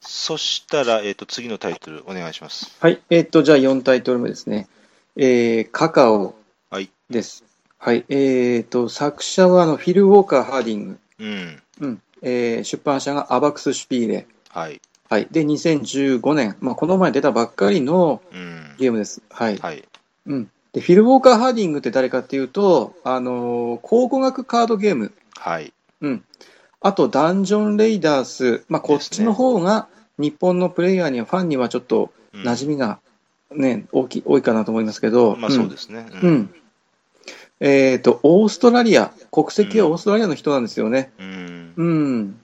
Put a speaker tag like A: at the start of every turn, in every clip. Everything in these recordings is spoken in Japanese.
A: そしたら、えっと、次のタイトル、お願いします。
B: はい。えっと、じゃあ4タイトル目ですね。えー、カカオ
A: はい。
B: です。はい。えっと、作者はあのフィル・ウォーカー・ハーディング。
A: うん。
B: うん。えー出版社がアバクス・シュピーレ。
A: はい。
B: はい。で、2015年。まあ、この前出たばっかりの
A: うん。
B: ゲームです。はい。
A: はい。
B: うん。で、フィル・ウォーカー・ハーディングって誰かっていうと、あのー考古学カードゲーム。
A: はい。
B: うん。あと、ダンジョン・レイダース。まあ、こっちの方が、日本のプレイヤーには、ファンにはちょっと、
A: うん
B: 馴染みが、ね、大きい、多いかなと思いますけど。
A: まあ、そう
B: す
A: ですね。
B: うん。えっ、と、オーストラリア、国籍はオーストラリアの人なんですよね。
A: うん。
B: うん。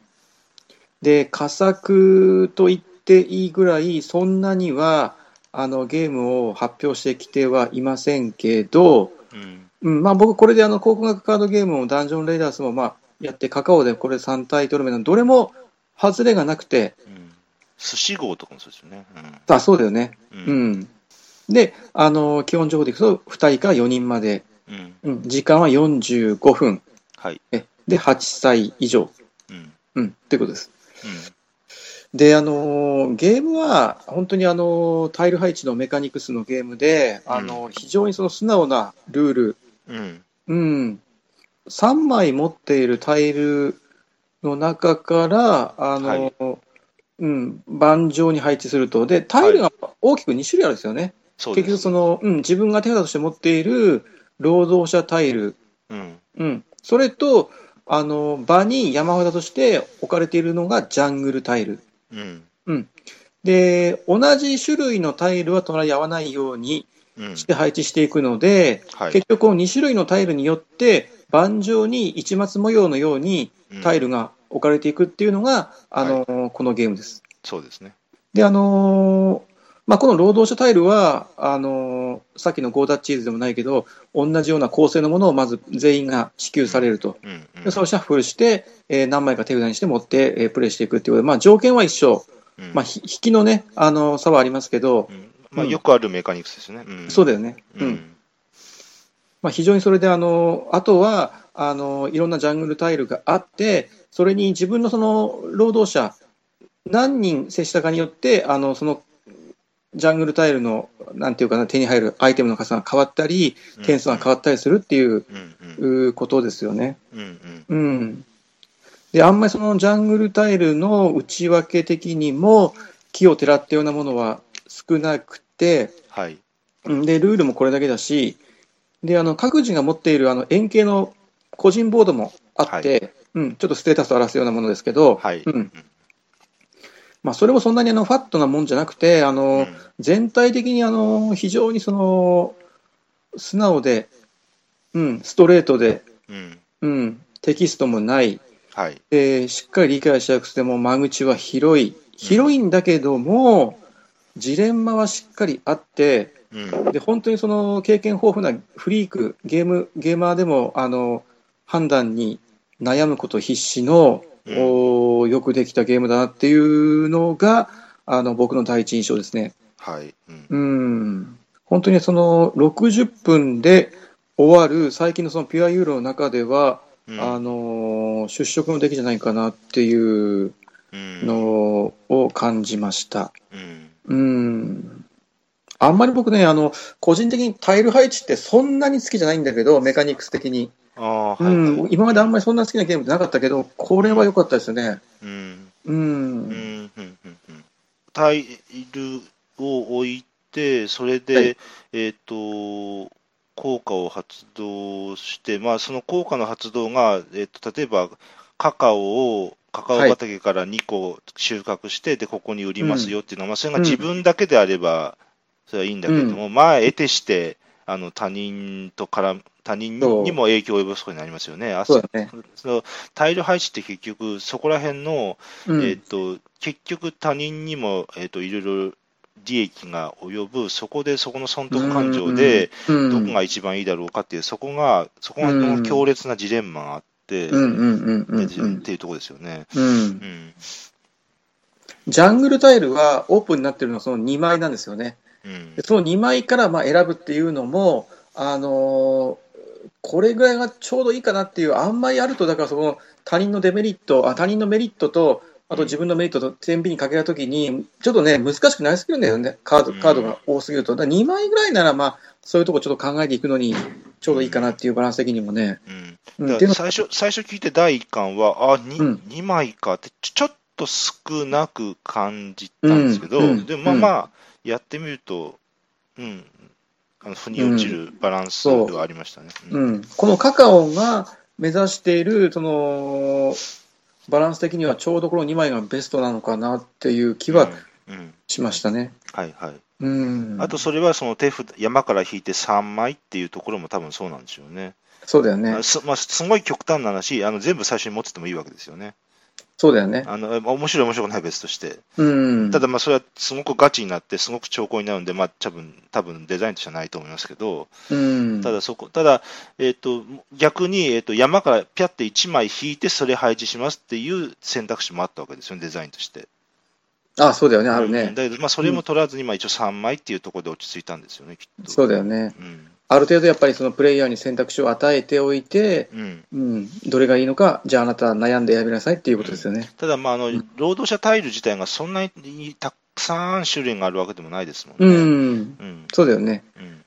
B: で、佳作と言っていいぐらい、そんなには、あの、ゲームを発表してきてはいませんけど、
A: うん。
B: うん、まあ僕これであの、考古学カードゲームもダンジョンレイダースもまあ、やって、カカオでこれ3タイトル目の、どれも、外れがなくて、
A: うん。寿司号とかもそうですよね。
B: あ、そうだよね。
A: うん。
B: う
A: うん。
B: ん。で、あの、基本情報でいくと、2人から4人まで、
A: うん。
B: うん、時間は45分、
A: はい。
B: えで、8歳以上、
A: うん。うん。
B: うん、ってことです。で、あのーゲームは、本当にあのータイル配置のメカニクスのゲームで、あのー非常にその素直なルール、
A: うん。
B: うん、3枚持っているタイルの中から、あのーうん、盤上に配置すると。で、タイルが大きく2種類あるんですよね。
A: そうで
B: 結
A: す。
B: 局その、うん、自分が手札として持っている労働者タイル、
A: うん。
B: うん、それとあの場に山札として置かれているのがジャングルタイル
A: うん。
B: で同じ種類のタイルは隣り合わないように
A: うん。
B: して配置していくので、
A: はい
B: 結。局この2種類のタイルによって盤上に市松模様のようにタイ
A: ル。
B: ルが置かれていくっていうのが、あのこのゲームです。
A: そうですね。
B: で、あのーまあ、この労働者タイルは、あのーさっきのゴーダッチーズでもないけど、同じような構成のものをまず全員が支給されると。
A: うん。うん
B: でそれをシャッフルして、えー何枚か手札にして持って、えープレイしていくっていうことで、まあ、条件は一緒。
A: うん
B: まあ、ひ引きのね、あのー差はありますけど
A: う、んまあ、よくあるメカニクスですね。うん。
B: そうだよね。う。
A: うんん。
B: まあ、非常にそれで、あのーあとは、あのーいろんなジャングルタイルがあって、それに自分のその労働者、何人接したかによって、あの、その、ジャングルタイルの、なんていうかな、手に入るアイテムの数が変わったり、点数が変わったりするっていう
A: うん。うん。
B: うことですよね。
A: うん。うん。
B: うん。で、あんまりそのジャングルタイルの内訳的にも、木をてらったようなものは少なくて、
A: はい。
B: うんで、ルールもこれだけだし、で、あの、各自が持っているあの円形の個人ボードもあって、
A: は
B: うん、ちょっとステータスを表すようなものですけど、
A: はい。
B: うんまあ、それもそんなにあのファットなもんじゃなくて、あ
A: う
B: の、
A: ん
B: 全体的にあの非常にその素直で、うん、ストレートで、
A: うん。
B: うん、テキストもない、
A: はい。
B: でしっかり理解しやすくても間口は広い、広いんだけども、ジレンマはしっかりあって、
A: うん。
B: で本当にその経験豊富なフリーク、ゲームゲーマーでもあの判断に悩むこと必至の、
A: うん
B: おーよくできたゲームだなっていうのが、あの僕の第一印象ですね。
A: はい。うん。
B: うん本当にその60分で終わる最近のそのピュアユーロの中では、
A: うん
B: あのー出色の出来じゃないかなっていう
A: うん
B: のを感じました。
A: うん。
B: うんあんまり僕ね、あの、個人的にタイル配置ってそんなに好きじゃないんだけど、メカニクス的に。
A: ああ、は
B: う
A: い。
B: ん、今まであんまりそんな好きなゲームってなかったけど、これは良かったですよね。
A: うん。
B: う
A: うん
B: ん。
A: うんうんうんタイルを置いて、それ
B: は
A: で
B: い、
A: えっと、効果を発動して、まあ、その効果の発動が、えっと、例えば、カカオを、カカオ畑から2個収穫して、で、ここに売りますよっていうのは、まあ、それが
B: うん
A: 自分だけであれば、それはいいんだけれども、まあ、得てして、あの、他人と絡む、他人
B: そう
A: にも影響を及ぼすことになりますよね。あ
B: そうだね。
A: そのタイル配置って結局、そこら辺の、
B: うん。
A: えっと、結局他人にも、えっと、いろいろ利益が及ぶ、そこでそこの損得感情で、
B: うん、
A: どこが一番いいだろうかっていう、そこが、そこが
B: うん
A: 強烈なジレンマがあって、
B: うんうんうんうんう
A: でっ
B: ん。
A: ていうところですよね。
B: うん
A: うん。
B: ジャングルタイルはオープンになってるのはその2枚なんですよね。
A: うん
B: で。その2枚からまあ選ぶっていうのも、あのーこれぐらいがちょうどいいかなっていう、あんまりあると、だからその他人のデメリット、あ他人のメリットとあと自分のメリットと天秤にかけたときに、ちょっとね、難しくなりすぎるんだよね、カード
A: うん
B: カードが多すぎると。だ2枚ぐらいなら、まあ、そういうとこちょっと考えていくのに、ちょうどいいかなっていうバランス的にもね。
A: うん
B: うん、
A: だ
B: って
A: か
B: いう
A: ら最
B: の
A: 初最初聞いて第一巻は、あ、に
B: うん
A: 2枚かってちょ、ちょっと少なく感じたんですけど、
B: うんうん
A: でもまあまあ、やってみると、うん、あの腑に落ちるバランスではありましたね。
B: う、ん、このカカオが目指しているそのバランス的にはちょうどこの2枚がベストなのかなっていう気は
A: うん、うん
B: しましたね。
A: はいはい。
B: うん、
A: あと、それはその手札、山から引いて3枚っていうところも多分そうなんでしょうね。
B: そうだよね
A: あ、すまあ、すごい極端な話、あの全部最初に持っててもいいわけですよね。
B: そうだよね。
A: あのえまあ面白い、面白くない別として。
B: うん、
A: ただ、まあそれはすごくガチになって、すごく兆候になるんで、まあ多分多分デザインとしてはないと思いますけど、
B: うん、
A: ただそこ、ただ、えっと逆に、えっと山からピャって1枚引いて、それ配置しますっていう選択肢もあったわけですよね、デザインとして。
B: あそうだよね、ある
A: うん
B: ね。
A: だけど、まあ、それも取らずに、まあ一応3枚っていうところで落ち着いたんですよね、きっと。
B: そうだよね。
A: うん
B: ある程度やっぱりそのプレイヤーに選択肢を与えておいて、
A: うん
B: うん、どれがいいのか、じゃああなた悩んで選びなさいっていうことですよね。
A: ただ、まああの
B: ん
A: 労働者タイル自体がそんなにたくさん種類があるわけでもないですもん
B: う
A: ね。
B: ん、
A: うん
B: そうだよね。
A: うん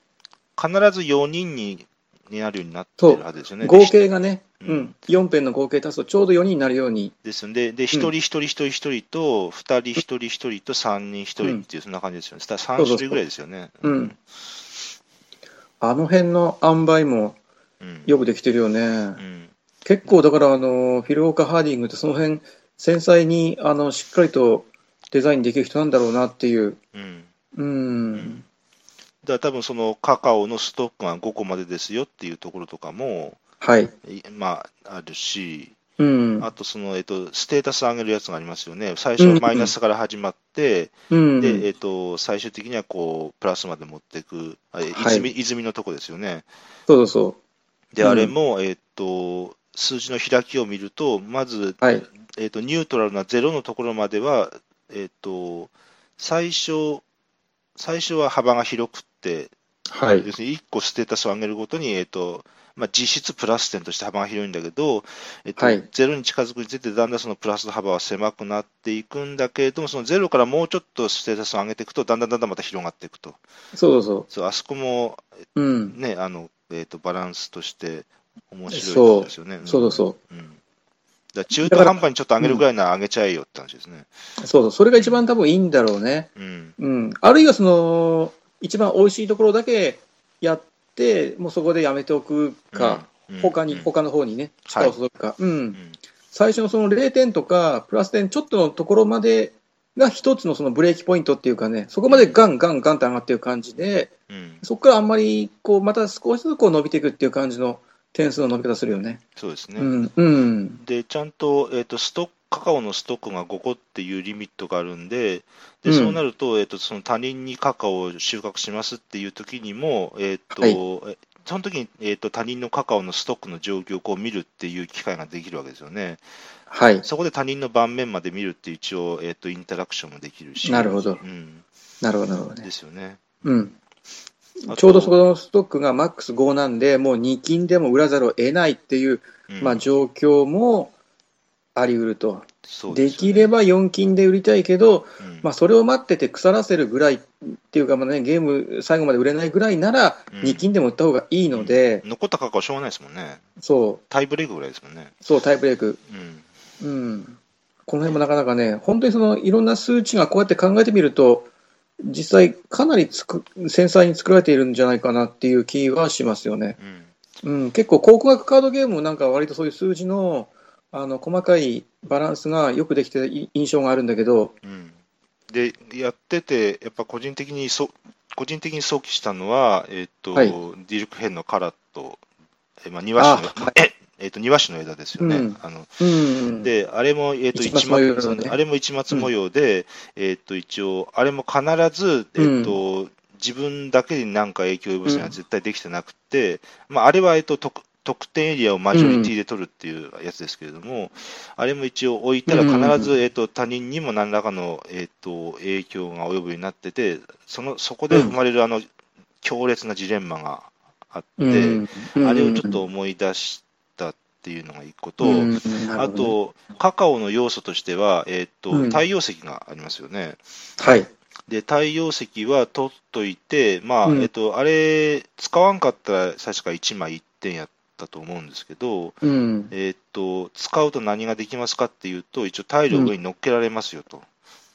A: 必ず4人にになるようになってるはずですよね。
B: 合計がね、
A: うん
B: うん、4ペンの合計足すとちょうど4人になるように
A: ですんで、で、一人一人一人一人と、二人一人一人と、三人一人っていう、そんな感じですよね。だから
B: そ
A: 3
B: うそうそう
A: 種類ぐらいですよね。
B: うんあの辺の塩梅も
A: うん
B: よくできてるよ
A: う
B: ね。
A: ん
B: 結構だからあの、フィルオーカー・ハーディングってその辺、繊細にあのしっかりとデザインできる人なんだろうなっていう。
A: うん
B: う
A: うんん。だから多分そのカカオのストックが5個までですよっていうところとかも、
B: はい。
A: いまあ、あるし、
B: うん。
A: あとその、えっと、ステータス上げるやつがありますよね。最初はマイナスから始まって、
B: うん。
A: で、えっと、最終的にはこう、プラスまで持っていく、あえ
B: はい
A: 泉泉のとこですよね。
B: そうそう
A: で、
B: うん
A: あれも、えっと、数字の開きを見ると、まず、
B: そう。はい。
A: えっと、ニュートラルなゼロのところまでは、えっと、最初、最初は幅が広くって、
B: は
A: 要。するに1個ステータスを上げるごとに、えっと、まあ、実質プラス点として幅が広いんだけど、えっと
B: はい
A: ゼロに近づくにつれて、だんだんそのプラスの幅は狭くなっていくんだけれども、そのゼロからもうちょっとステータスを上げていくと、だんだんだんだんまた広がっていくと。
B: そうそう
A: そうあそこも、
B: そう。うん。
A: ね、あの、えっと、バランスとして面白い
B: そう
A: とこですよね。ん
B: そうそう
A: うんだから中途半端にちょっと上げるぐらいなら上げちゃえよって話ですね。
B: そう。そうそう。それが一番多分いいんだろうね。
A: うん。
B: うん。あるいはその、一番美味しいところだけやって、もうそこでやめておくか、
A: うん、
B: 他に、
A: うん
B: 他の方にね、
A: はい
B: 力を注ぐか。うん
A: う。ん
B: 最初のその0点とか、プラス点ちょっとのところまでが一つのそのブレーキポイントっていうかね、そこまでガンガンガンって上がっていく感じで、
A: うん
B: そこからあんまり、こう、また少しずつこう伸びていくっていう感じの点数の伸び方するよね。
A: そうですね。
B: うん、うん、
A: で、ちゃんと、えっ、と、ストック、カカオのストックが5個っていうリミットがあるんで、で、
B: うん
A: そうなると、えっ、と、その他人にカカオを収穫しますっていう時にも、えっ、と、えその時に、えっ、と、他人のカカオのストックの状況をこう見るっていう機会ができるわけですよね。
B: はい。
A: そこで他人の盤面まで見るっていう一応、えっ、と、インタラクションもできるし。
B: なるほど
A: うん。
B: なるほど、なるほど
A: で
B: ね。
A: すよね。
B: うん。
A: あと
B: ちょうどそこのストックがマックス5なんで、もう2金でも売らざるを得ないっていう、
A: うん
B: まあ状況もあり得ると。
A: そう
B: です
A: よ
B: き
A: ね
B: れば4金で売りたいけど、
A: うん
B: まあ、それを待ってて腐らせるぐらいっていうか、まあね、ゲーム最後まで売れないぐらいなら、
A: うん
B: 2金でも売った方がいいので、
A: 残ったカカオしょうがないですもんね。
B: そ
A: タイブレイクぐらいですもんね。
B: う、そう、タイブレイク。
A: うん。
B: うん。この辺もなかなかね、本当にその、いろんな数値がこうやって考えてみると、実際かなりつく繊細に作られているんじゃないかなっていう気はしますよね。
A: うん。
B: うん、結構考古学カードゲームなんかは割とそういう数字の、あの、細かいバランスがよくできてい印象があるんだけど、
A: うんで、やってて、やっぱ個人的にそ、個人的に想起したのは、えっと、
B: はい
A: ディルクヘンのカラット、えまあ、庭師の、
B: あは
A: ええっと、庭師の枝ですよね。
B: うん
A: あの
B: うん。
A: で、あれも、えっと、
B: 一抹模様のね
A: そうねあれも一抹模様で、えっと、一応、あれも必ず、えっと、自分だけに何か影響を及ぼすには絶対できてなくて、まあ、あれは、えっと、得得点エリアをマジョリティで取るっていうやつですけれども、あれも一応置いたら
B: うん
A: 必ず、えっと他人にも何らかの、えっと影響が及ぶようになってて、そのそこで生まれるあの強烈なジレンマがあって、
B: うん、
A: あれをちょっと思い出したっっていうのが一個と、
B: うん
A: あ、と、カカオの要素としては、えーっと
B: うん
A: 太陽石がありますよね。
B: はい。
A: で、太陽石は取っといて、まあ、
B: うん
A: えっと、あれ、使わんかったら、確か1枚1点やったと思うんですけど、
B: うん。
A: えーっと、使うと何ができますかっていうと、一応、体力に乗っけられますよと。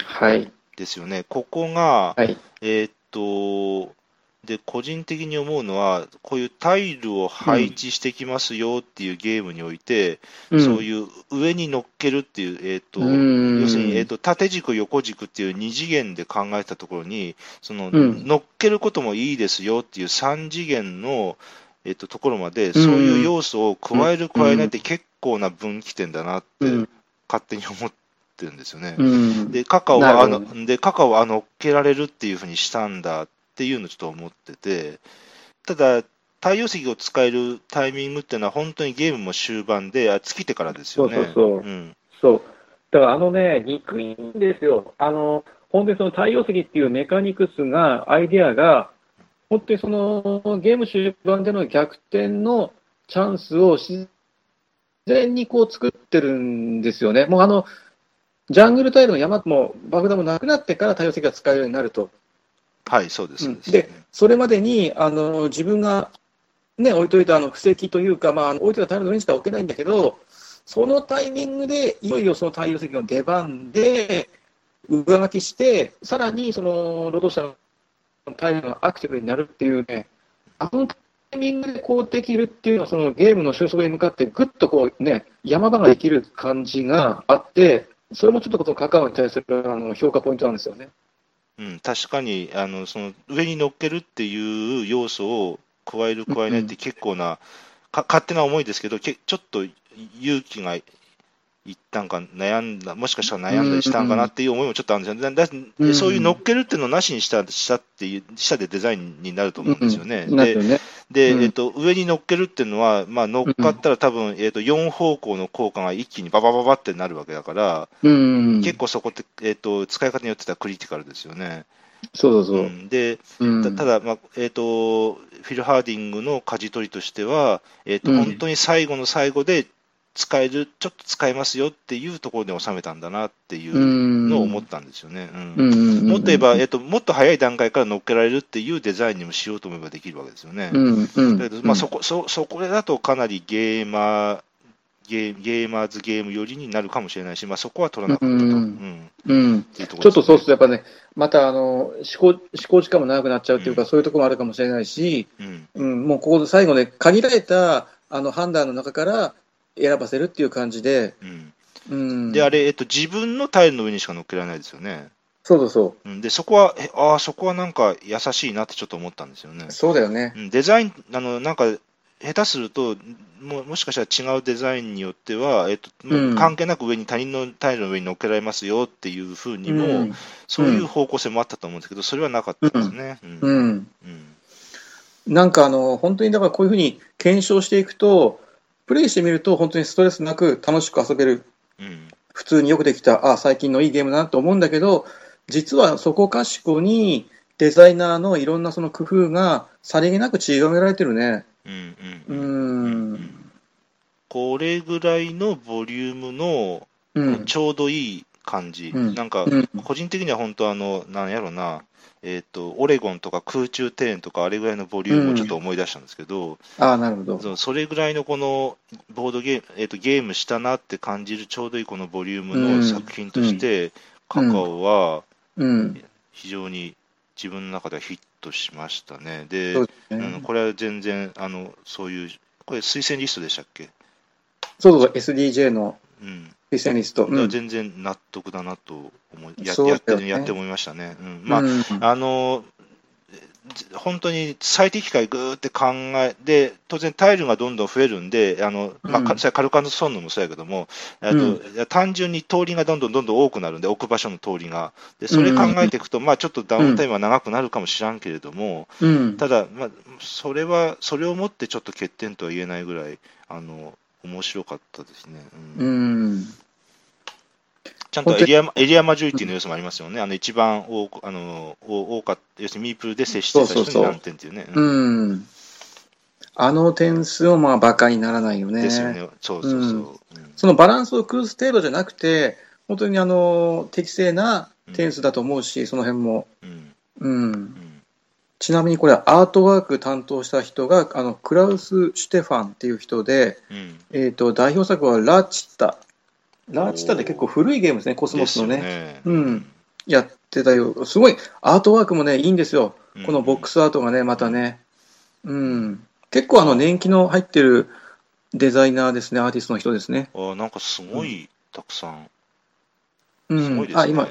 B: はい。
A: ですよね。ここが、
B: はい。
A: えーっと、で、個人的に思うのは、こういうタイルを配置してきますよっていうゲームにおいて、そういう上に乗っけるっていう、えーっと、
B: うん。
A: 要するに、えーと縦軸、横軸っていう2次元で考えたところに、その
B: うん
A: 乗っけることもいいですよっていう3次元の、えー、とところまで、そういう要素を加える、加えないって結構な分岐点だなって
B: うん、
A: 勝手に思ってるんですよね。
B: うん。
A: で、カカオはあの、
B: なるほ
A: で、カカオはあの乗っけられるっていうふうにしたんだっていうのをちょっと思ってて、ただ、太陽石を使えるタイミングっていうのは、本当にゲームも終盤で、あ尽きてからですよね。
B: そうそうそう
A: うん
B: そう。だからあのね、憎いんですよ。あの、本当にその太陽石っていうメカニクスが、アイデアが、本当にそのゲーム終盤での逆転のチャンスを自然にこう作ってるんですよね。もうあの、ジャングルタイルの山も爆弾もなくなってから太陽石が使えるようになると。
A: はい、そうです。そうです
B: で、それまでにあの自分が、ね、置いといたあの布石というか、まあ、あの置いといたタイルの上にしか置けないんだけど、そのタイミングで、いよいよその太陽石の出番で、上書きして、さらにその労働者のタイルがアクティブになるっていうね、あのタイミングでこうできるっていうのは、そのゲームの収束に向かって、ぐっとこうね、山場ができる感じがあって、それもちょっとこのカカオに対するあの評価ポイントなんですよね。
A: うん、確かにあのその上に乗っけるっていう要素を加える、加えないって結構な、か勝手な思いですけど、けちょっと勇気がいったんか悩んだ、もしかしたら悩んだりしたんかなっていう思いもちょっとあるんですよね。だだ
B: うん
A: そういう乗っけるっていうのをなしにしたしたっていう、したでデザインになると思うんですよね。
B: うんなる
A: で
B: よね。
A: で、
B: うん
A: えっと、上に乗っけるっていうのは、まあ、乗っかったら多分、えっと、4方向の効果が一気にババババってなるわけだから、
B: うん、
A: 結構そこって、えっと、使い方によってはクリティカルですよね。
B: そうそうそうう。
A: ん、で、
B: うん
A: たただ、まあえーと、フィル・ハーディングの舵取りとしては、えーと
B: うん
A: 本当に最後の最後で使える、ちょっと使えますよっていうところで収めたんだなっていうのを思ったんですよね。うん
B: うんうん
A: もっと言えば、えーと、もっと早い段階から乗っけられるっていうデザインにもしようと思えばできるわけですよね。
B: うんうん
A: だけど、まあ、そこそそこだとかなりゲーマー、ゲーゲーマーズゲーム寄りになるかもしれないし、まあ、そこは取らなかったと。
B: うん
A: うん
B: うん、
A: ていうとこ
B: ちょ
A: ろ
B: っとそうすると、やっぱね、またあの思考思考時間も長くなっちゃうというか、
A: うん
B: そういうところもあるかもしれないし、
A: うん
B: うん、もうここで最後で限られたあの判断の中から選ばせるっていう感じで、
A: うん
B: うん、
A: で、あれ、えっと、自分のタイルの上にしか乗っけられないですよね。
B: そうそうそ
A: うんで、そこは、えああ、そこはなんか優しいなってちょっと思ったんですよね
B: う、。そうだよね。
A: うんデザイン、あの、なんか、下手すると、ももしかしたら違うデザインによっては、えっと、
B: うん
A: 関係なく上に他人のタイルの上に乗っけられますよっていうふうにも、
B: うん
A: そういう方向性もあったと思うんですけど、それはなかったですね。うん
B: うん
A: うん
B: なんかあの本当にだからこういうふうに検証していくと、プレイしてみると、本当にストレスなく楽しく遊べる
A: うん
B: 普通によくできた、あ最近のいいゲームだなと思うんだけど、実はそこかしこにデザイナーのいろんなその工夫がさりげなく散りばめられてるね。
A: うんう
B: うー
A: ん
B: ん。
A: これぐらいのボリュームの
B: うん。
A: ちょうどいい感じ、
B: うん
A: なんか
B: うん
A: 個人的には本当あの、なんやろな、えっと、オレゴンとか空中庭園とか、あれぐらいのボリュームをちょっと思い出したんですけど、
B: ああ、なるほど。
A: そのそれぐらいのこのボードゲーム、えっと、ゲームしたなって感じるちょうどいいこのボリューム
B: う
A: の
B: ん
A: 作品として、カカオは
B: うん。
A: 非常に自分の中ではヒットしましたね。で、
B: そう
A: あ
B: です
A: の
B: ね
A: これは全然、あのそういう、これ、推薦リストでしたっけ
B: そうそう、SDJ の
A: うん、
B: 推薦リスト。
A: だか
B: う
A: ら
B: ん。
A: 全然納得だなと思い、や
B: そう
A: やっ
B: だ
A: て
B: よね
A: やって思いましたね。うんまあ
B: うん
A: あのえ本当に最適解ぐーって考えで当然タイルがどんどん増えるんであの、まあ
B: う
A: か
B: ん
A: それはカルカンソンヌもそうやけども、えっと
B: う
A: 単純に通りがどんどんどんどん多くなるんで置く場所の通りがでそれ考えていくと、まあ、ちょっとダウンタイムは長くなるかもしらんけれども、
B: うん。
A: ただ、まあ、それはそれをもってちょっと欠点とは言えないぐらいあの面白かったですね、うん
B: うん。
A: ちゃんとエリアエリアマジョリティの要素もありますよね、あの一番多くあの多多かった、要するにミープルで接してた
B: そう
A: 人
B: そうそう
A: に何点っていうね。うん
B: うん。あの点数もまあバカにならないよね。
A: ですよね。そうそうそう。うん
B: そのバランスを崩す程度じゃなくて、本当にあの適正な点数だと思うし、その辺も。
A: うん
B: うん
A: う、ん
B: ちなみにこれはアートワーク担当した人があのクラウス・シュテファンっていう人で、
A: うん
B: えー、と代表作は「ラチッタ」ラチッタって結構古いゲームですねコスモスのね
A: です
B: う
A: よ
B: んやってたよすごいアートワークもねいいんですよ
A: うん
B: このボックスアートがねまたね、うん、結構あの年季の入ってるデザイナーですねアーティストの人ですね、
A: あなんかすごいたくさん、
B: う
A: すごい
B: ん
A: ですね。
B: あ今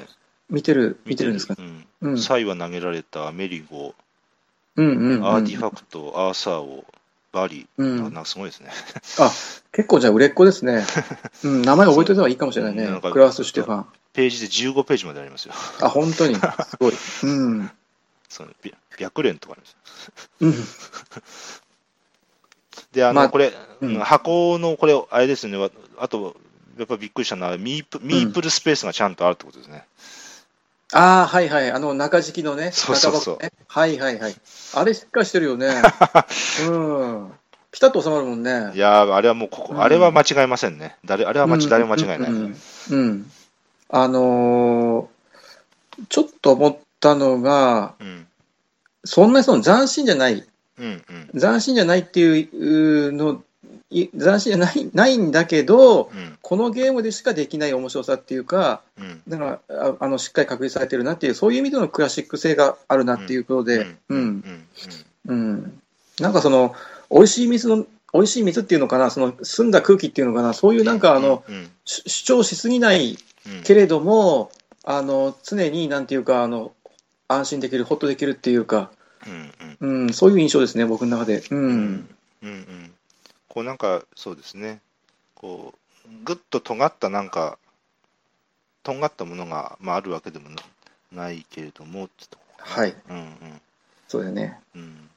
B: 見てる見てるんですか、
A: うん
B: うん、うん
A: サイは投げられたアメリゴ、
B: うんうん
A: アーティファクト、アーサーを、バリ、
B: うん
A: あなんかすごいですね。
B: 結構じゃあ売れっ子です ね。うん、名前覚えておいた方がいいかもしれない
A: なん
B: ね。
A: か
B: クラウス・シュテファン。
A: ページで15ページまでありますよ。
B: あ、本当に。すごい。うん。
A: そのび白蓮とかあります。
B: うん。
A: で、あの、
B: まあ
A: これ、
B: うん
A: うん箱の、これ、あれですね、わあと、やっぱびっくりしたのはミープ、ミープルスペースがちゃんとあるってことですね。
B: ああ、はいはい。あの、中敷きのね、
A: そうそうそう
B: 中箱ね。はいはいはい。あれしっかりしてるよ ね。うん。ピタッと収まるもんね。
A: いやー、あれはもうここ、
B: うん
A: あれは間違いませんね。誰、あれは間違誰も間違いない。
B: うんうんうんうんあのーちょっと思ったのが、
A: うん、
B: そんなにその斬新じゃない。
A: うん、うん。
B: 斬新じゃないっていううーの、い斬新じゃない、ないんだけど、
A: うん、
B: このゲームでしかできない面白さっていうか、
A: うん。
B: だからああのしっかり確立されてるなっていう、そういう意味でのクラシック性があるなっていうことで、
A: う、
B: う
A: う
B: ん
A: ん
B: ん、
A: うん。
B: うん、なんかその、美味しい水の、美味しい水っていうのかな、その澄んだ空気っていうのかな、そういうなんかあの、
A: うん、うん
B: し主張しすぎない
A: うん
B: けれども、あの常になんていうかあの、安心できる、ほっとできるっていうか、
A: うん、うん。
B: うん、そういう印象ですね、僕の中で。うん、
A: うんうん、こうなんかそうですねこうぐっと尖ったなんかとんがったものが、まあ、あるわけでもなないけれどもってとこ
B: はい、
A: うんうん
B: そうだよね。
A: うん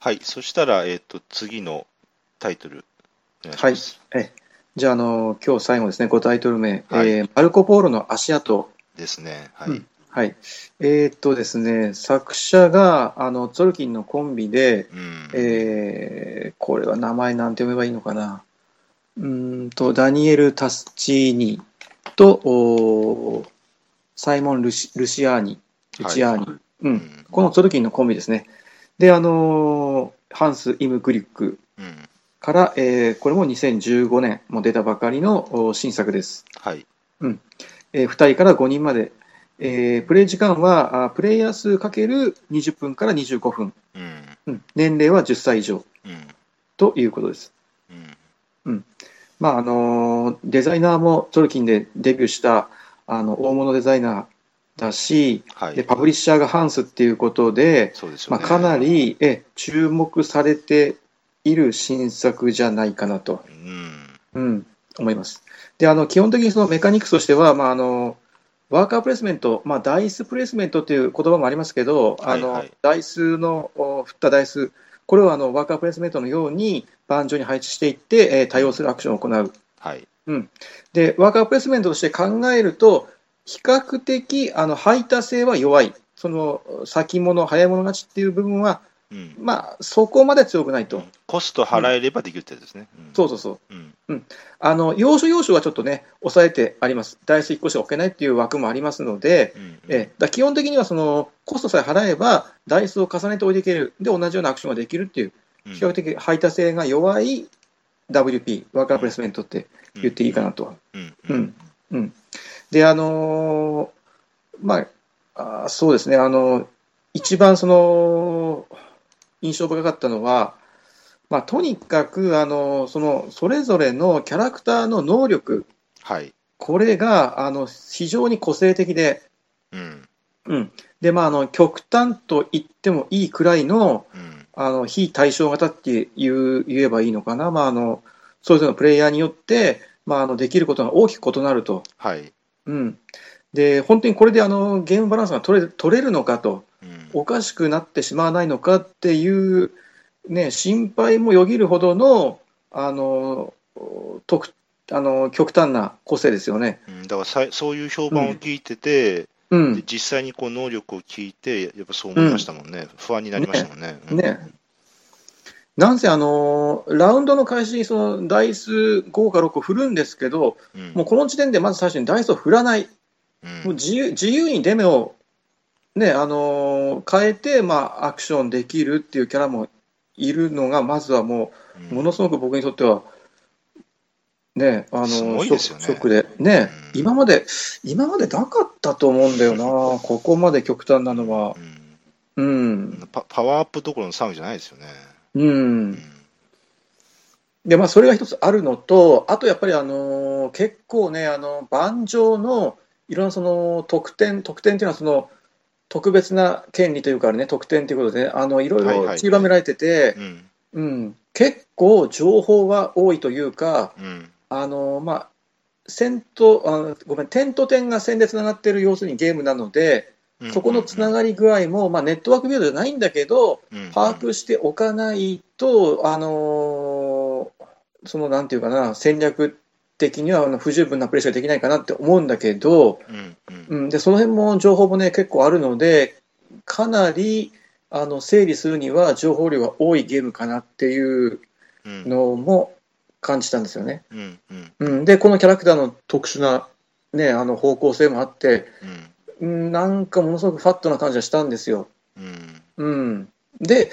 A: はいそしたら、えっと次のタイトルお願いします、
B: じゃあ、あの今日最後ですね、5タイトル目、
A: はい
B: えーマルコ・ポーロの足跡。
A: ですねはい、
B: うんはい。えーっとですね、作者が、あの、ツォルキンのコンビで、
A: うん
B: えーこれは名前なんて読めばいいのかな。うーんと、ダニエル・タスチーニと、おーサイモンルシ・ルシアーニ、ルチアーニ、
A: は
B: う。
A: うんん
B: このツォルキンのコンビですね。で、あのーハンス・イム・グリック
A: うん
B: から、えーこれも2015年もう出たばかりのお新作です。
A: はい
B: えー2人から5人まで、えープレイ時間はあプレイヤー数 ×20 分から25分、
A: うん
B: うん年齢は10歳以上
A: うん
B: ということです。
A: うん
B: まああのーデザイナーもトルキンでデビューしたあの大物デザイナーだし
A: はい
B: で、パブリッシャーがハンスっていうことで、
A: そうですよ
B: まあ、
A: ね
B: かなりえ注目されている新作じゃないかなと。
A: うん
B: うん、思います。で、あの、基本的にそのメカニクスとしては、まあ、あの、ワーカープレイスメント、まあ、ダイスプレイスメントという言葉もありますけど、あの、
A: はいはい
B: ダイスの、お振ったダイス、これをあの、ワーカープレイスメントのように、盤上に配置していって、えー対応するアクションを行う。
A: はい
B: で、ワーカープレイスメントとして考えると、比較的、あの、排他性は弱い。その、先物、早い者勝ちっていう部分は、
A: うん
B: まあ、そこまで強くないと。
A: コスト払えればできるってやつですね、うん
B: そうそうそう。
A: うん
B: あの要所要所はちょっとね、抑えてあります、ダイス1個しか置けないっていう枠もありますので、
A: うん
B: ええだから基本的にはそのコストさえ払えば、ダイスを重ねて置いていける、で同じようなアクションができるっていう、比較的排他性が弱い WP、ワーカープレイスメントって言っていいかなとは。
A: うん
B: うんで、あのーまあ、あーそうですね、あの一番その印象深かったのは、まあ、とにかく、あのそのそれぞれのキャラクターの能力、
A: はい、
B: これがあの非常に個性的で、
A: うん
B: うんでまあ、あの極端と言ってもいいくらいの
A: うん
B: あの非対称型っていう言えばいいのかな、まあ、あのそれぞれのプレイヤーによって、まあ、あのできることが大きく異なると、
A: はい、
B: うん、で本当にこれであのゲームバランスが取れ取れるのかと
A: うん
B: おかしくなってしまわないのかっていう、ね、心配もよぎるほどのあの特あの極端な個性ですよね。
A: うんだからさそういう評判を聞いてて、
B: う
A: で
B: ん、
A: 実際にこう能力を聞いて、やっぱそう思いましたもんね、不安になりましたもんね。うん
B: ねなんせあのーラウンドの開始にそのダイス5か6を振るんですけど、
A: うん
B: もうこの時点でまず最初にダイスを振らない、
A: うん
B: もう自由自由に出目を、ねあのー変えて、まあ、アクションできるっていうキャラもいるのが、まずはもう、ものすごく僕にとっては、ねあのー
A: すごい
B: ショ
A: ですよね
B: ショックで、ね
A: うん
B: 今まで、今までなかったと思うんだよな、ここまで極端なのは
A: う。ん
B: うん、
A: パパワーアップどころの騒ぎじゃないですよね。
B: う
A: うんん
B: でまあ、それが一つあるのと、あとやっぱり、あのー結構ね、あの盤上のいろんなその特典、特典っていうのはその特別な権利というか、ね、特典ということでね、あのいろい
A: はいはい
B: ろ
A: はい
B: ちりばめられてて、
A: うん
B: うん、結構情報が多いというか、
A: うん
B: あのーまあ、線とあごめん点と点が線でつながっている要するにゲームなので、
A: うん
B: そこのつながり具合も、まあ、ネットワークビルドじゃないんだけど、
A: うん
B: 把握しておかないと、あのーそのなんていうかな、戦略的にはあの不十分なプレーしかできないかなって思うんだけど、
A: うんうん
B: うん、でその辺も情報もね、結構あるので、かなりあの整理するには情報量が多いゲームかなっていう
A: うん
B: のも感じたんですよね。
A: うんうん
B: うん、で、このキャラクターの特殊な、ね、あの方向性もあって、
A: うん
B: うん、なんかものすごくファットな感じはしたんですよ。
A: うん
B: うん、で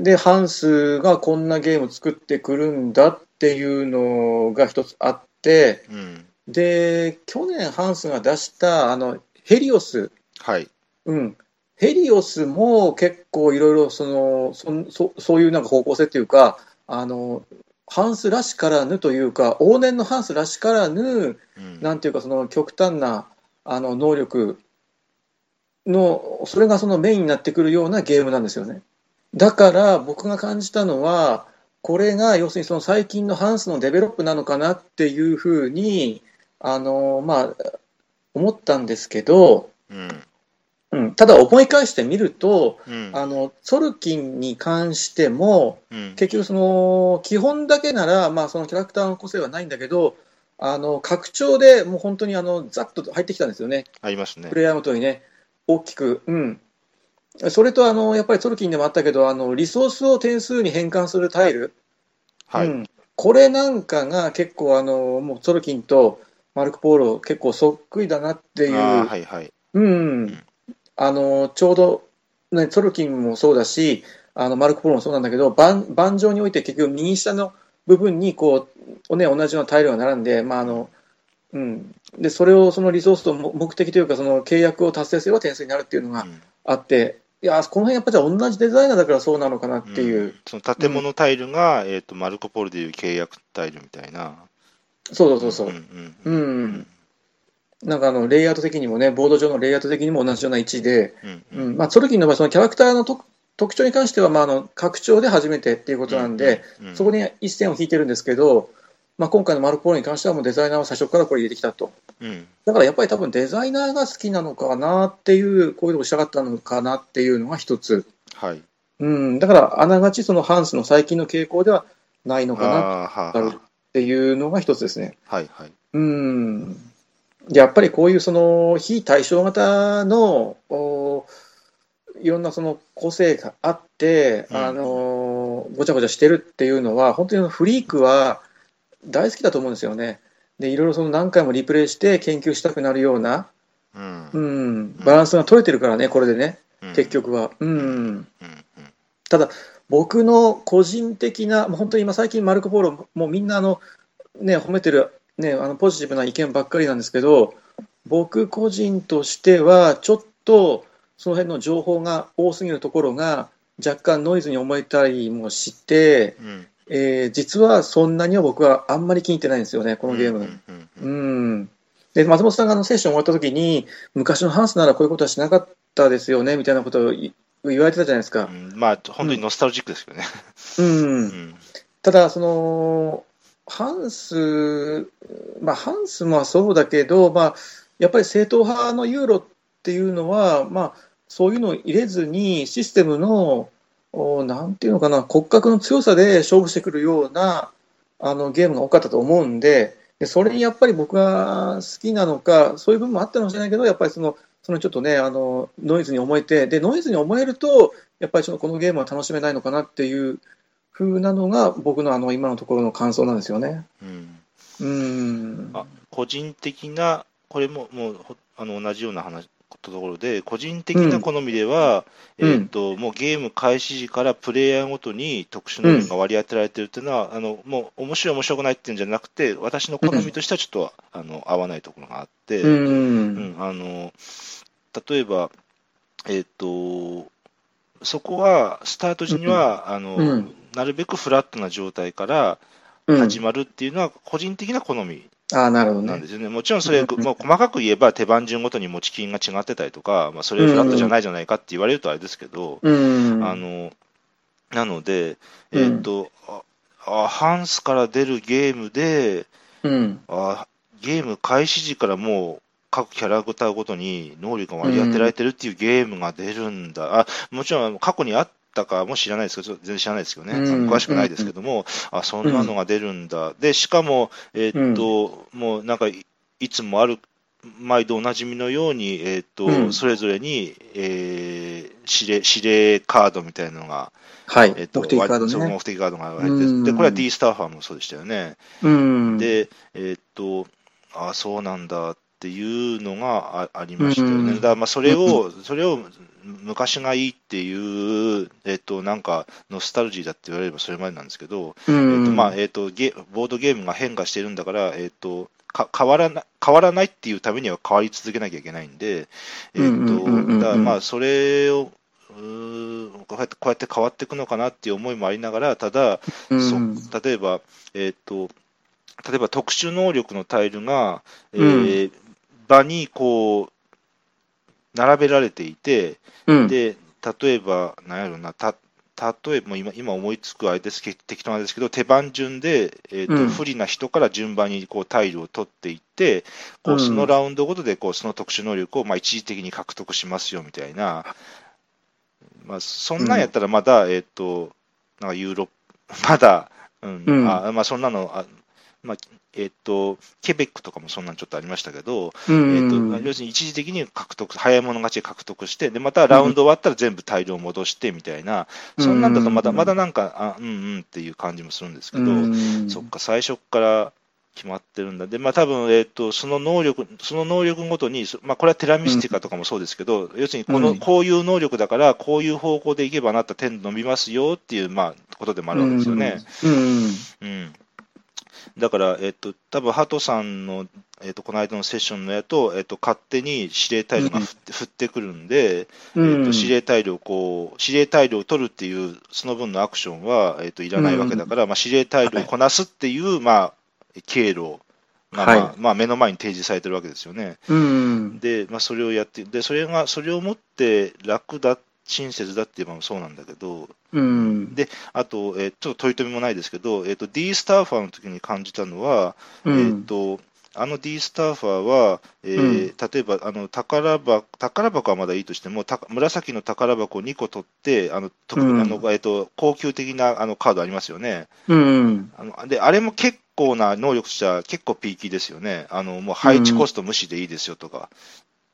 B: でハンスがこんなゲーム作ってくるんだっていうのが一つあって
A: うん
B: で去年ハンスが出したあのヘリオス、
A: はい。
B: うん、ヘリオスも結構いろいろそのそんそそういうなんか方向性っていうかあのハンスらしからぬというか往年のハンスらしからぬ
A: うん
B: なんていうかその極端なあの能力のそれがそのメインになってくるようなゲームなんですよねだから僕が感じたのはこれが要するにその最近のハンスのデベロップなのかなっていうふうにあのまあ思ったんですけど、
A: うん
B: うん、ただ思い返してみると
A: うん
B: あのソルキンに関しても
A: うん
B: 結局その基本だけなら、まあ、そのキャラクターの個性はないんだけどあの拡張でもう本当にあのざっと入ってきたんですよね
A: ありますね
B: プ。レイヤーごとにね大きく、うん、それとあのやっぱりトルキンでもあったけどあのリソースを点数に変換するタイル、
A: は
B: う
A: い。
B: んこれなんかが結構あのもうトルキンとマルク・ポーロ結構そっくりだなっていう、
A: あーはいはい。
B: うん、あのちょうど、ね、トルキンもそうだしあのマルコ・ポロもそうなんだけど盤盤上において結局右下の部分にこう、ね、同じようなタイルが並んで,、まああのうん、でそれをそのリソースとも目的というかその契約を達成すれば点数になるっていうのが
A: うん
B: あって、いやこの辺やっぱり同じデザイナーだからそうなのかなっていう、
A: んその建物タイルが、えっと、マルコ・ポールでいう契約タイルみたいな。
B: そうそうそうそう、
A: ん
B: うんんなんかあのレイアウト的にもねボード上のレイアウト的にも同じような位置で。
A: うんうん
B: うんまあ、ソルキンの場合、そのキャラクターの特特徴に関しては、まあ、あの拡張で初めてっていうことなんで、、
A: うん
B: そこに一線を引いてるんですけど、まあ、今回のマルコポーロに関しては、もうデザイナーは最初からこれ入れてきたと、
A: うん
B: だからやっぱり多分デザイナーが好きなのかなっていう、こういうとこしたかったのかなっていうのが一つ、
A: はい。
B: うん、だからあながち、そのハンスの最近の傾向ではないの
A: あ
B: か
A: ーは
B: な
A: ー
B: っ
A: はー
B: ていうのが一つですね。
A: はいはい。
B: うん、やっぱりこういうその非対称型のおいろんなその個性があって、
A: うん
B: あのごちゃごちゃしてるっていうのは本当にフリークは大好きだと思うんですよね。でいろいろその何回もリプレイして研究したくなるような、
A: うん
B: う。ん、バランスが取れてるからねこれでね
A: うん
B: 結。局は。うん
A: うんうん
B: 僕の個人的な、もう本当に今最近マルコ・ポーロももうみんなあの、ね、褒めてる、ね、あのポジティブな意見ばっかりなんですけど僕個人としてはちょっとその辺の情報が多すぎるところが若干ノイズに思えたりもして、
A: うん
B: えー実はそんなには僕はあんまり気に入ってないんですよねこのゲーム。
A: うんうんうん
B: うん、で松本さんがあのセッション終わった時に昔のハンスならこういうことはしなかったですよねみたいなことをい言われてたじゃないですか
A: う。んまあ、本当にノスタルジックですけどね。
B: うん
A: うん
B: ただそのハンス、まあ、ハンスもそうだけど、まあ、やっぱり正統派のユーロっていうのは、まあ、そういうのを入れずにシステムのおなんていうのかな骨格の強さで勝負してくるようなあのゲームが多かったと思うんででそれにやっぱり僕が好きなのかそういう部分もあったかもしれないけどやっぱりそのそのちょっとね、あの、ノイズに思えて、で、ノイズに思えると、やっぱりちょっとこのゲームは楽しめないのかなっていう風なのが、僕のあの、今のところの感想なんですよね。
A: うん、
B: うん。
A: あ個人的な、これももうほあの同じような話ところで、個人的な好みでは、
B: うん
A: えーっともうゲーム開始時からプレイヤーごとに特殊能力が割り当てられてるっていうのは、あのもう面白い、面白くないっていうんじゃなくて、私の好みとしてはちょっと、あの合わないところがあって。
B: う。
A: うんん、あの例えば、えっとそこはスタート時には、あの
B: うん
A: なるべくフラットな状態から
B: うん。
A: 始まるっていうのは個人的な好み
B: ああ、なるほど
A: なん
B: ね。
A: ですよね、もちろんそれ、
B: うん
A: まあ、細かく言えば手番順ごとに持ち金が違ってたりとか、まあ、それフラットじゃないじゃないかって言われるとあれですけど、
B: うん。
A: あのなので、
B: うん
A: えっとああハンスから出るゲームで、
B: うん。
A: あゲーム開始時からもう各キャラクターごとに能力が割り当てられてるっていうゲームが出るんだ、あもちろん過去にあったかも知らないですけど、ちょっと全然知らないですけどね、
B: うん
A: あの詳しくないですけども、あそんなのが出るんだ、でしかも、えーっともうなんかいいつもある、毎度おなじみのように、えーっと
B: うん
A: それぞれに、えー指令指令カードみたいなのが、
B: はい。
A: えーっと
B: 目的カード
A: そう
B: ね。
A: 目的カードが割り当
B: うん
A: ててで、これは D スターファーもそうでしたよね。
B: うん。
A: で、えーっと、あそうなんだっていうのがあありましたよ
B: うん
A: ね。だからまあそれを、それを昔がいいっていう、えーっと、なんか、ノスタルジーだって言われればそれまでなんですけど、
B: う
A: えーっと
B: ん。
A: まあえーっとゲボードゲームが変化してるんだから、えーっとか変わらな変わらないっていうためには変わり続けなきゃいけないんで、えーっと
B: うんうんうんうんうん
A: だからまあそれをうーこうやってこうやって変わっていくのかなっていう思いもありながら、ただ、
B: うん
A: そう例えば、えーっと例えば特殊能力のタイルが、えー場にこう並べられていて、
B: うん。
A: で例えば、なんやろな、た例えばもう今今思いつくあれですけ適当なんですけど、手番順で、えーっと
B: うん
A: 不利な人から順番にこうタイルを取っていって、こ
B: う
A: うんそのラウンドごとでこうその特殊能力をまあ一時的に獲得しますよみたいな、まあ、そんなんやったらまだ、えーっとなんかユーロ、 まだ、うん
B: うん
A: あまあ、そんなの、あまあえーっと、ケベックとかもそんなんちょっとありましたけど、
B: う
A: えーっと
B: ん。
A: まあ要するに一時的に獲得、早い者勝ちで獲得して、でまたラウンド終わったら全部大量戻してみたいな、
B: うん
A: そんなんだとまだまだなんか、あうんうんっていう感じもするんですけど、
B: うん
A: そっか、最初から決まってるんだ。で、まあ多分、えっ、と、その能力、その能力ごとに、そまあこれはテラミスティカとかもそうですけど、要するにこの、
B: うん
A: こういう能力だから、こういう方向でいけばあなた点伸びますよっていう、まあ、ことでもあるわけですよね。
B: うん。
A: うん。だから、えっ、と、多分ハトさんの、えっ、と、この間のセッションのやと、えっ、と、勝手に指令タイルが降って,、降ってくるんで、え
B: うん。
A: っと指令タイルをこう、指令タイルを取るっていう、その分のアクションは、えっといらないわけだから、まあ、指令タイルをこなすっていう、まあ、経路が、まあ
B: はい
A: まあ、目の前に提示されてるわけですよね。
B: うん。
A: で、まあ、それをやって、でそれがそれをもって楽だ、親切だって言えばそうなんだけど、
B: うん。
A: であと、えーちょっと取り留めもないですけど、えっと D スターファーの時に感じたのは、
B: う
A: えー、
B: ん
A: とあの D スターファーは、えー例えばあの宝箱宝箱はまだいいとしても、た紫の宝箱を2個取って、あの特
B: うん
A: あのえー、と高級的なあのカードありますよね
B: うん。
A: あので、あれも結構な能力としては結構ピーキーですよね、あのもう配置コスト無視でいいですよとか、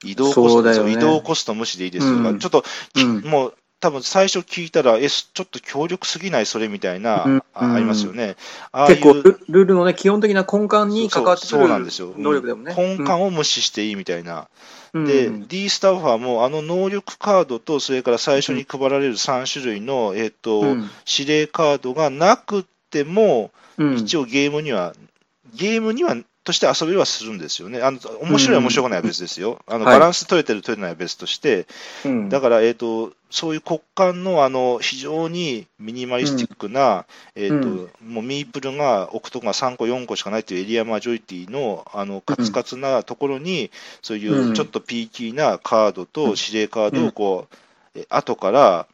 A: 移動コ
B: そう
A: ス
B: だ
A: ト
B: よね
A: 移動コスト無視でいいですよとか、
B: うん
A: ちょっと、き
B: うん
A: もう多分最初聞いたら、え、すちょっと強力すぎない、それみたいな、
B: うん
A: あありますよね。ああいう
B: 結構ル、ルールのね、基本的な根幹に関わってく
A: そうそうそうなんですよ
B: る能力だもんね。
A: 根幹を無視していいみたいな、
B: うん
A: で
B: うん
A: D スタッファーもあの能力カードと、それから最初に配られる3種類の、えっと
B: うん
A: 指令カードがなくても、
B: うん
A: 一応ゲームには、ゲームにはとして遊びはするんですよね、あの面白いは面白くないは別ですよ、あの
B: はい
A: バランス取れてる、取れてないは別として、
B: うん
A: だから、えっとそういう骨幹のあの非常にミニマリスティックな、えっと
B: うん
A: もうミープルが置くとこが3個、4個しかないというエリアマジョリティのあのカツカツなところに、そういううんちょっとピーキーなカードと指令カードをこう、え後から、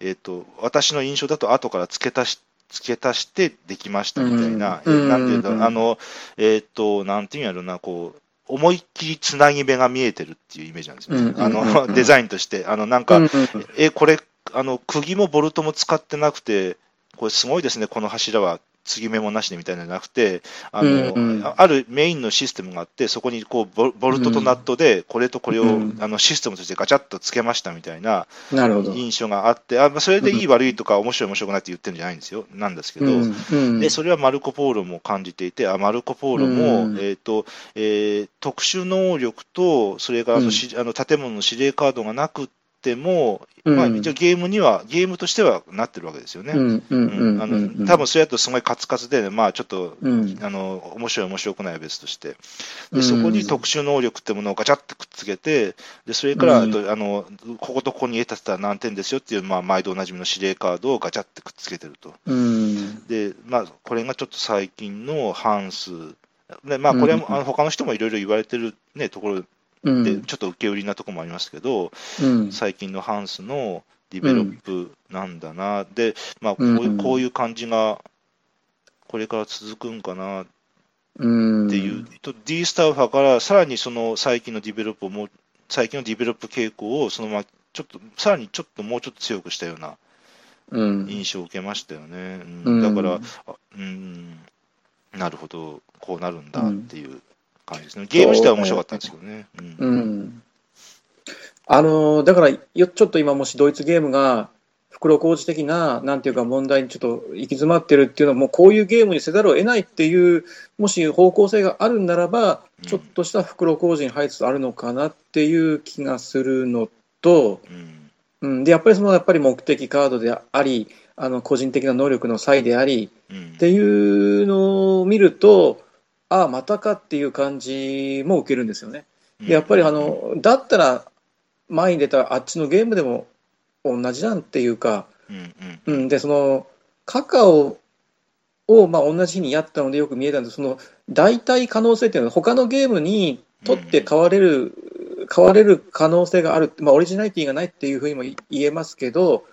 A: えっと私の印象だと後から付け足し付け足してできましたみたいな、
B: うん
A: えなんていうんだろう
B: うん
A: あの、えっとなんていうんやろうな、こう。思いっきりつなぎ目が見えてるっていうイメージなんですよね、
B: うんうんうんうん
A: あのデザインとして、あのなんか、
B: うん
A: え、これ、あの、釘もボルトも使ってなくて、これすごいですね、この柱は。継ぎ目もなしでみたいなのじゃなくて、あの、
B: うんうん
A: ああるメインのシステムがあって、そこにこうボボルトとナットで、これとこれを、
B: うん
A: あのシステムとしてガチャッとつけましたみたいな
B: なるほど。
A: 印象があって、あまあそれでいい悪いとか、面白い面白くないって言ってるんじゃないんですよ、なんですけど、
B: うんうん
A: でそれはマルコ・ポーロも感じていて、あマルコ・ポーロも、
B: うん
A: えーとえー特殊能力と、それからあのしあの建物の指令カードがなくっても、まあ、
B: うん
A: 一応ゲームには、ゲームとしてはなってるわけですよね。
B: うんうんう
A: う
B: ん
A: んあ
B: うんうん
A: の多分それだとすごいカツカツで、まあ、ちょっと、
B: うん
A: あの面白い、面白くないは別として、
B: う
A: で
B: ん
A: そこに特殊能力ってものをガチャってくっつけて、でそれから、
B: うん
A: あとあのこことここに得たしたら何点ですよっていう、まあ、毎度おなじみの指令カードをガチャってくっつけてると。
B: うん
A: で、まあ、これがちょっと最近のハンス、でまあ、これは
B: うん
A: あの他の人もいろいろ言われてる、ね、ところ
B: うん
A: で、ちょっと受け売りなところもありますけど、
B: うん
A: 最近のハンスのディベロップなんだな、で、まあこう
B: う
A: い
B: ん
A: う、こういう感じが、これから続くんかなっ
B: うん
A: ていう、と D スタウファーからさらにその最近のディベロップをもう、最近のディベロップ傾向をそのままちょっとさらにちょっともうちょっと強くしたような
B: うん
A: 印象を受けましたよね。うん
B: う
A: だ
B: ん
A: から、あうん、なるほど、こうなるんだっていう感じですね。ゲーム自体は面白かったんですけどね。うん
B: うんあのだからよちょっと今もしドイツゲームが袋小路的ななんていうか問題にちょっと行き詰まってるっていうのはもうこういうゲームにせざるを得ないっていうもし方向性があるんならば
A: うん
B: ちょっとした袋小路に入りつつあるのかなっていう気がするのと、
A: うん
B: うん、でやっぱりそのやっぱり目的カードでありあの個人的な能力の差異であり
A: うん
B: っていうのを見るとああまたかっていう感じも受けるんですよね。でやっぱりあ、のだったら前に出たあっちのゲームでも同じじゃんっていうか、
A: うんうん
B: う
A: うん
B: ん、でそのカカオをまあ同じ日にやったのでよく見えたんですその代替可能性っていうのは他のゲームに取って買われる、買われる可能性がある、まあ、オリジナリティがないっていうふうにも言えますけど、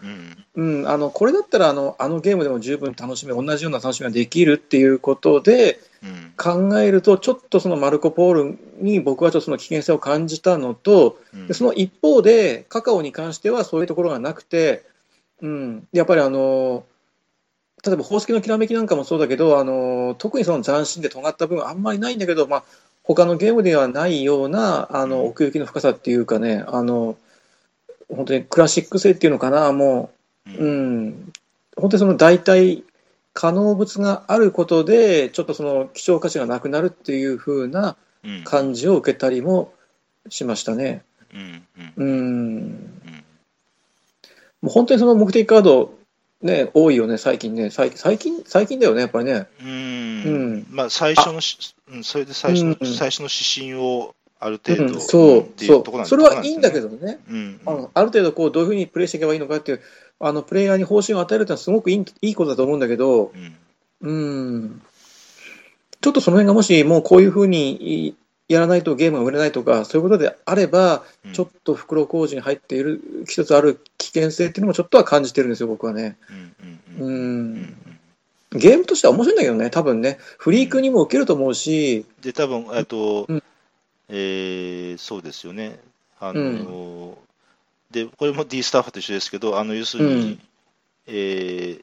A: うん
B: うん、あのこれだったらあのあのゲームでも十分楽しめ同じような楽しみができるっていうことで、
A: うん
B: 考えると、ちょっとそのマルコ・ポールに僕はちょっとその危険性を感じたのと、
A: うん
B: でその一方で、カカオに関してはそういうところがなくて、うん、でやっぱりあの例えば宝石のきらめきなんかもそうだけど、あの特にその斬新で尖った部分、あんまりないんだけど、まあ他のゲームではないようなあ
A: う
B: の
A: ん
B: 奥行きの深さっていうかね、あの本当にクラシック性っていうのかな、もう
A: うん
B: うん、本当にその代替可能物があることでちょっとその希少価値がなくなるっていう風な
A: うん
B: 感じを受けたりもしましたね。
A: うんうん
B: うん、
A: うん
B: もう本当にその目的カードね多いよね最近ね最最近最近だよねやっぱりね。
A: うん
B: うん
A: まあ最初のし、うん、それで最初の、
B: うんうん
A: 最初の指針をある
B: う
A: 程度、
B: ん、そ
A: って
B: う
A: い
B: そう
A: とこ
B: う
A: なん
B: それはいいんだけ
A: ど、
B: どね。
A: うん
B: あのある程度こうどういうふうにプレイしていけばいいのかっていうあのプレイヤーに方針を与えるってのはすごくいいいいことだと思うんだけど、
A: うん
B: うんちょっとその辺がもしもうこういうふうにいやらないとゲームが売れないとかそういうことであれば
A: うん
B: ちょっと袋小路に入っている一つある危険性っていうのもちょっとは感じてるんですよ僕はね
A: うんうん
B: う
A: うんん
B: ゲームとしては面白いんだけどね多分ねフリークにも受けると思うし
A: で、多分えっと、
B: うん
A: えーそうですよね。あので、これも D スタッフと一緒ですけど、あの要するに、
B: うん
A: えー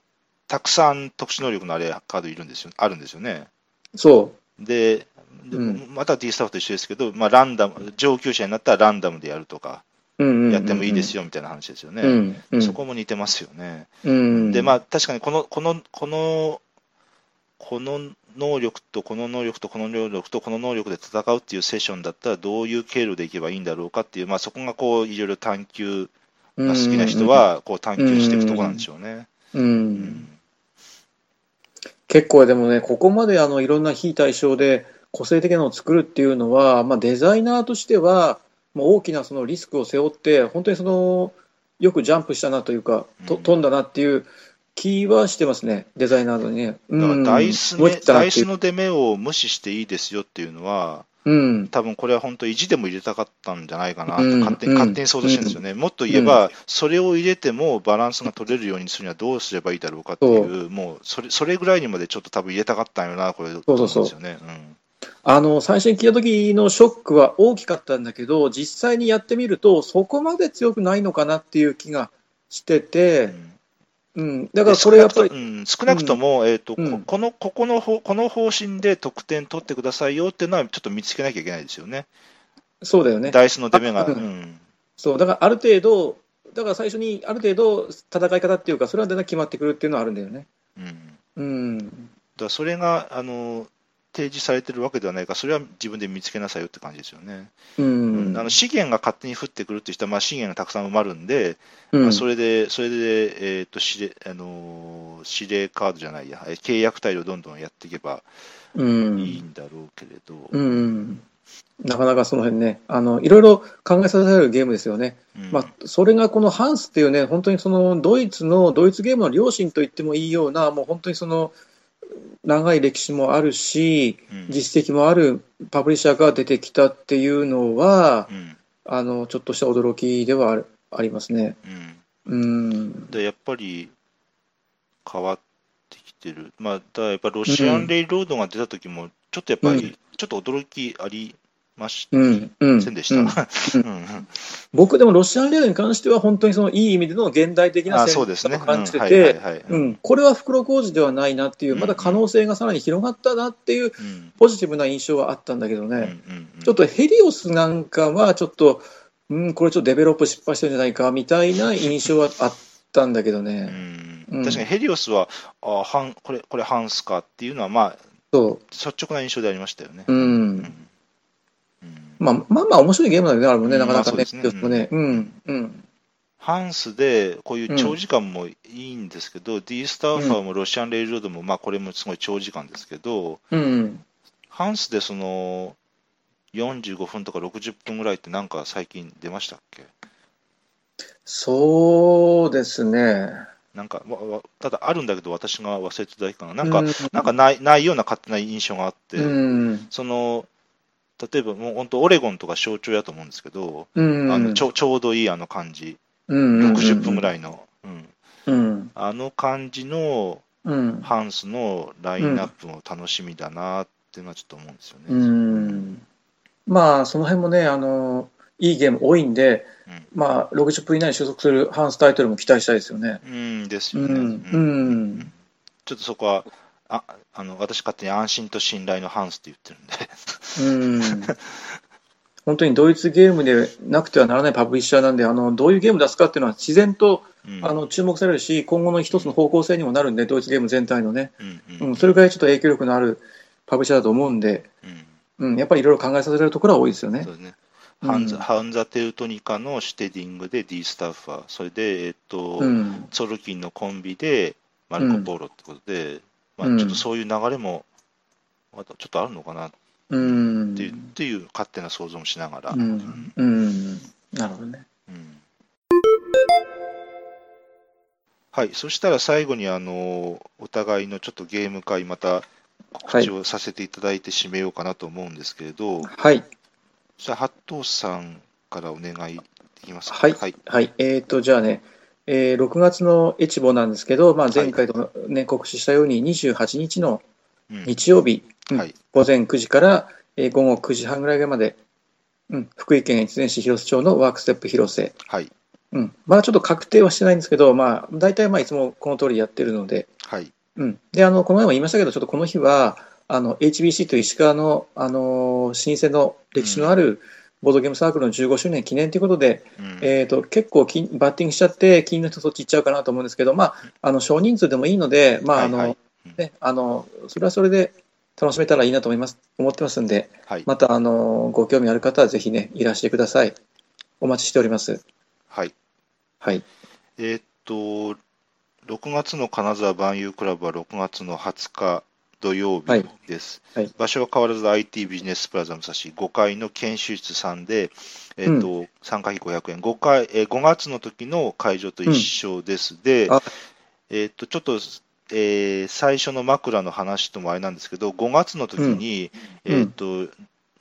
A: たくさん特殊能力のあれカードいるんですよあるんですよね。
B: そ
A: で、で
B: うん
A: また D スタッフと一緒ですけど、まあ、ランダム上級者になったらランダムでやるとか、
B: ううん
A: やってもいいです
B: よ
A: よみたいな話ですよね。そ
B: そ
A: こも似てますよね。
B: で
A: で、まあ、確かにこの、この、この、この能力とこの能力とこの能力とこの能力で戦うっていうセッションだったらどういう経路でいけばいいんだろうかっていう、まあ、そこがこういろいろ探求が好きな人はこう探求していくとこなんでしょうね。
B: うん
A: う
B: うん
A: ん
B: 結構でもね、ここまであのいろんな非対称で個性的なのを作るっていうのは、まあ、デザイナーとしては、まあ、大きなそのリスクを背負って、本当にそのよくジャンプしたなというか、と
A: うん
B: 飛んだなっていう気はしてますね、デザイナーのね。
A: だからダイス,、
B: うん、思い切ったな
A: ダ
B: っ
A: イ
B: てい
A: ス
B: う
A: の出目を無視していいですよっていうのは、
B: うん、
A: 多分これは本当、意地でも入れたかったんじゃないかなと
B: うん
A: 勝手に、
B: うん
A: 勝手に想像してるんですよね、もっと言えば、それを入れてもバランスが取れるようにするにはどうすればいいだろうかっていう、もうそれそれぐらいにまでちょっと多分入れたかったんよな、これ、と思うんですよね。
B: あの最初に聞いた時のショックは大きかったんだけど、実際にやってみると、そこまで強くないのかなっていう気がしてて。
A: うん
B: うん、だからこれやっぱり
A: で、少なくとも、うん少なくともえーと
B: うん
A: ここのここの方この方針で得点取ってくださいよっていうのは、ちょっと見つけなきゃいけないですよね、
B: そうだよね。
A: ダイスの出目が。
B: あう
A: うんん
B: そう、だからある程度、だから最初にある程度戦い方っていうか、それはだんだん決まってくるっていうのはあるんだよね。
A: うん
B: うん。
A: だからそれがあの提示されてるわけではないから、それは自分で見つけなさいよって感じですよね。
B: う
A: うんあの
B: ん。
A: 資源が勝手に降ってくるって人は、まあ、資源がたくさん埋まるんで、
B: う
A: ま
B: ん
A: あ、それで、それで、えーと指令あのー指令カードじゃないや、えー契約対応をどんどんやっていけば
B: う
A: いい
B: ん。
A: んだろうけれど、
B: うん。なかなかその辺ね、あの、いろいろ考えさせられるゲームですよね。
A: うん
B: まあ、それがこのハンスっていうね、本当にそのドイツの、ドイツゲームの両親と言ってもいいような、もう本当にその、長い歴史もあるし、
A: うん
B: 実績もあるパブリッシャーが出てきたっていうのは
A: う、ん
B: あの、ちょっとした驚きではあるありますね。
A: うん
B: うん。
A: でやっぱり変わってきてる、まあ、だからやっぱロシアンレイロードが出た時も、ちょっとやっぱり、
B: う
A: ちょっと驚きありまし
B: うん。うん。
A: せんでした。
B: う
A: うんんうん
B: 僕でもロシアンレードに関しては、本当にそのいい意味での現代的な
A: あ
B: 戦
A: そうです
B: 略
A: ね。
B: を感じ
A: う
B: て
A: んはい
B: て、
A: はいはい
B: うんん、これは袋小路ではないなっていう、
A: うん
B: まだ可能性がさらに広がったなっていう
A: うん
B: ポジティブな印象はあったんだけど
A: うんう
B: ね、
A: んうん
B: ちょっとヘリオスなんかは、ちょっと、うん、これちょっとデベロップ失敗してるんじゃないかみたいな印象はあったんだけど
A: う
B: ね、うん
A: ん確かにヘリオスは、あハンこれ、これハンスかっていうのは、まあ、
B: そ
A: 率直な印象でありましたよね
B: う、。うん
A: うんうん
B: まあ、まあまあ、面白いゲームなんだけどね、あれもね、
A: うん
B: なかなか
A: ま
B: ね、
A: あ
B: ち
A: そ
B: ょ
A: うで
B: っ
A: すね
B: とね、うん、うん、
A: ハンスで、こういう長時間もいいんですけど、D スターファーもロシアンレイルロードも、まあ、これもすごい長時間ですけど、
B: うん、
A: ハンスでその45分とか60分ぐらいって、なんか最近出ましたっけ
B: そうですね。
A: なんか、わわただあるんだけど、私が忘れてただけかな。なん
B: う
A: か、
B: ん
A: なんかないないような勝手な印象があって、
B: うん、
A: その例えばもう本当オレゴンとか象徴やと思うんですけど、
B: うん、
A: あのちょちょうどいいあの感じ、
B: 60
A: 60分ぐらいの、うん、
B: うん、
A: あの感じの
B: うん、
A: ハンスのラインナップも楽しみだなっていうのはちょっと思うんですよね。
B: うん、まあその辺もねあのいいゲーム多いんで、
A: うん
B: まあ60分以内に収束するハンスタイトルも期待したいですよね。
A: うんです
B: う
A: よね。
B: ん、
A: う
B: うんん、
A: ちょっとそこはああの私勝手に安心と信頼のハンスって言ってるんで、
B: うん、本当にドイツゲームでなくてはならないパブリッシャーなんで、あのどういうゲーム出すかっていうのは自然と
A: うん
B: あの注目されるし、今後の一つの方向性にもなるんで、ドイツゲーム全体のね、
A: うんうん
B: うん、それぐらいちょっと影響力のあるパブリッシャーだと思うんで、
A: うん
B: うん、やっぱりいろいろ考えさせられるところは多いですよね
A: そう。ですね。
B: うん
A: ハンザ・ハンザテウトニカのシュテディングで D スタッファー、それで、えっと、
B: うん、
A: ソルキンのコンビでマルコ・ポーロってことで、
B: う
A: ま
B: ん
A: あ、ちょっとそういう流れも、またちょっとあるのかなっ
B: うん
A: ていう,、っていう勝手な想像もしながら、
B: うん、うん、なるほどね。
A: うんはい、そしたら最後にあのお互いのちょっとゲーム会、また告知をさせていただいて締めようかなと思うんですけれど、
B: はい、
A: じゃあ、八頭さんからお願いできますか。
B: はい
A: はい
B: はい、えっ、と、じゃあね、えー6月のエチボなんですけど、まあ、前回と、ね告知したように、28日の
A: うん
B: 日曜日、うん
A: はい
B: 午前9時から、えー午後9時半ぐらいまで、うん、福井県越前市広瀬町のワークステップ広瀬、
A: はい
B: うん、まだちょっと確定はしてないんですけど、まあ、大体まあいつもこの通りやってるので、
A: はい
B: うん、であのこの前も言いましたけど、ちょっとこの日は、あの HBC という石川の、あのー老舗の歴史のあるボードゲームサークルの15周年記念ということで、
A: うん
B: えー、と結構きバッティングしちゃって、気になる人、そっち行っちゃうかなと思うんですけど、まあ、あの少人数でもいいので、まああの
A: はいはいうん
B: ね、あのそれはそれで楽しめたらいいなと思います思ってますんで、
A: はい
B: またあのご興味ある方はぜひね、いらしてください。お待ちしております。
A: はい
B: はい、
A: えーっと、6月の金沢万有クラブは6月の20日土曜日
B: はい
A: です。
B: はい
A: 場所は変わらず IT ビジネスプラザ武蔵5階の研修室さんで、えーっと参加費500円5回、えー5月の時の会場と一緒です。で
B: あ、
A: えーっと、ちょっと、えー最初の枕の話ともあれなんですけど、5月の時に、
B: うん
A: えーっと、延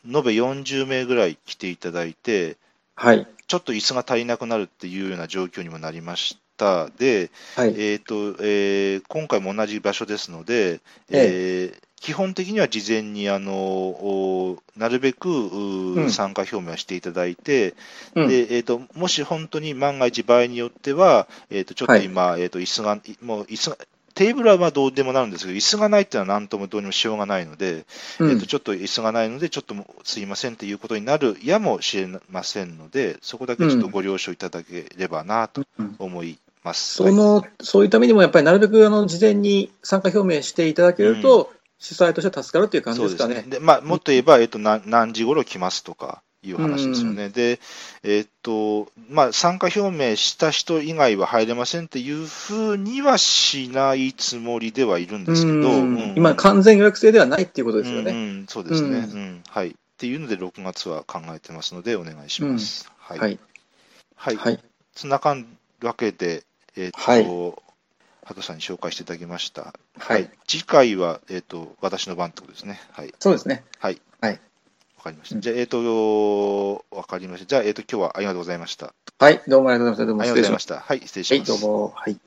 A: べ40名ぐらい来ていただいて、
B: はい、
A: ちょっと椅子が足りなくなるっていうような状況にもなりました。で、
B: はい、
A: えーとえー今回も同じ場所ですので、
B: え
A: えー基本的には事前にあのおなるべくう
B: うん
A: 参加表明をしていただいて、
B: うん
A: でえー、ともし本当に万が一、場合によっては、えー、とちょっと今、えー、と椅子がもう椅子がテーブルはまあどうでもなるんですけど、椅子がないっていうのはなんともどうにもしようがないので、
B: う
A: えー、
B: ん
A: とちょっと椅子がないので、ちょっともうすいませんっていうことになるやもしれませんので、そこだけちょっとご了承いただければなと
B: うん
A: 思います。
B: そのそういうためにも、やっぱりなるべくあの事前に参加表明していただけると、主催としては助かるという感じ
A: そう
B: ですかね。
A: で、まあ、もっと言えば、えっと、な何時頃来ますとかいう話ですよね。で、えっと、まあ、参加表明した人以外は入れませんっていうふうにはしないつもりではいるんですけど、
B: うん
A: うん
B: 今、完全予約制ではないっていうことですよ
A: うん
B: ね。
A: うんそうですね、
B: う
A: うんはい。っていうので、6月は考えてますので、お願いします。はい。
B: はい、
A: はい
B: はい、
A: そんな感じわけで、えっと、
B: はい
A: ハトさんに紹介していただきました。
B: はい、。
A: 次回は、えっと、私の番ってことですね。はい。
B: そうですね。
A: はい。
B: はい。
A: わかりまし
B: う
A: た。
B: ん
A: じゃあ、えっ、と、わかりました。じゃあ、えっ、と、今日はありがとうございました。
B: はい、どうもありがとうございました。どう
A: あ
B: も
A: りがとうご
B: 失礼
A: ざ
B: し
A: い
B: ま
A: ま
B: し
A: した。はい、失礼
B: た。
A: し
B: はい、
A: ます。
B: どうも。はい。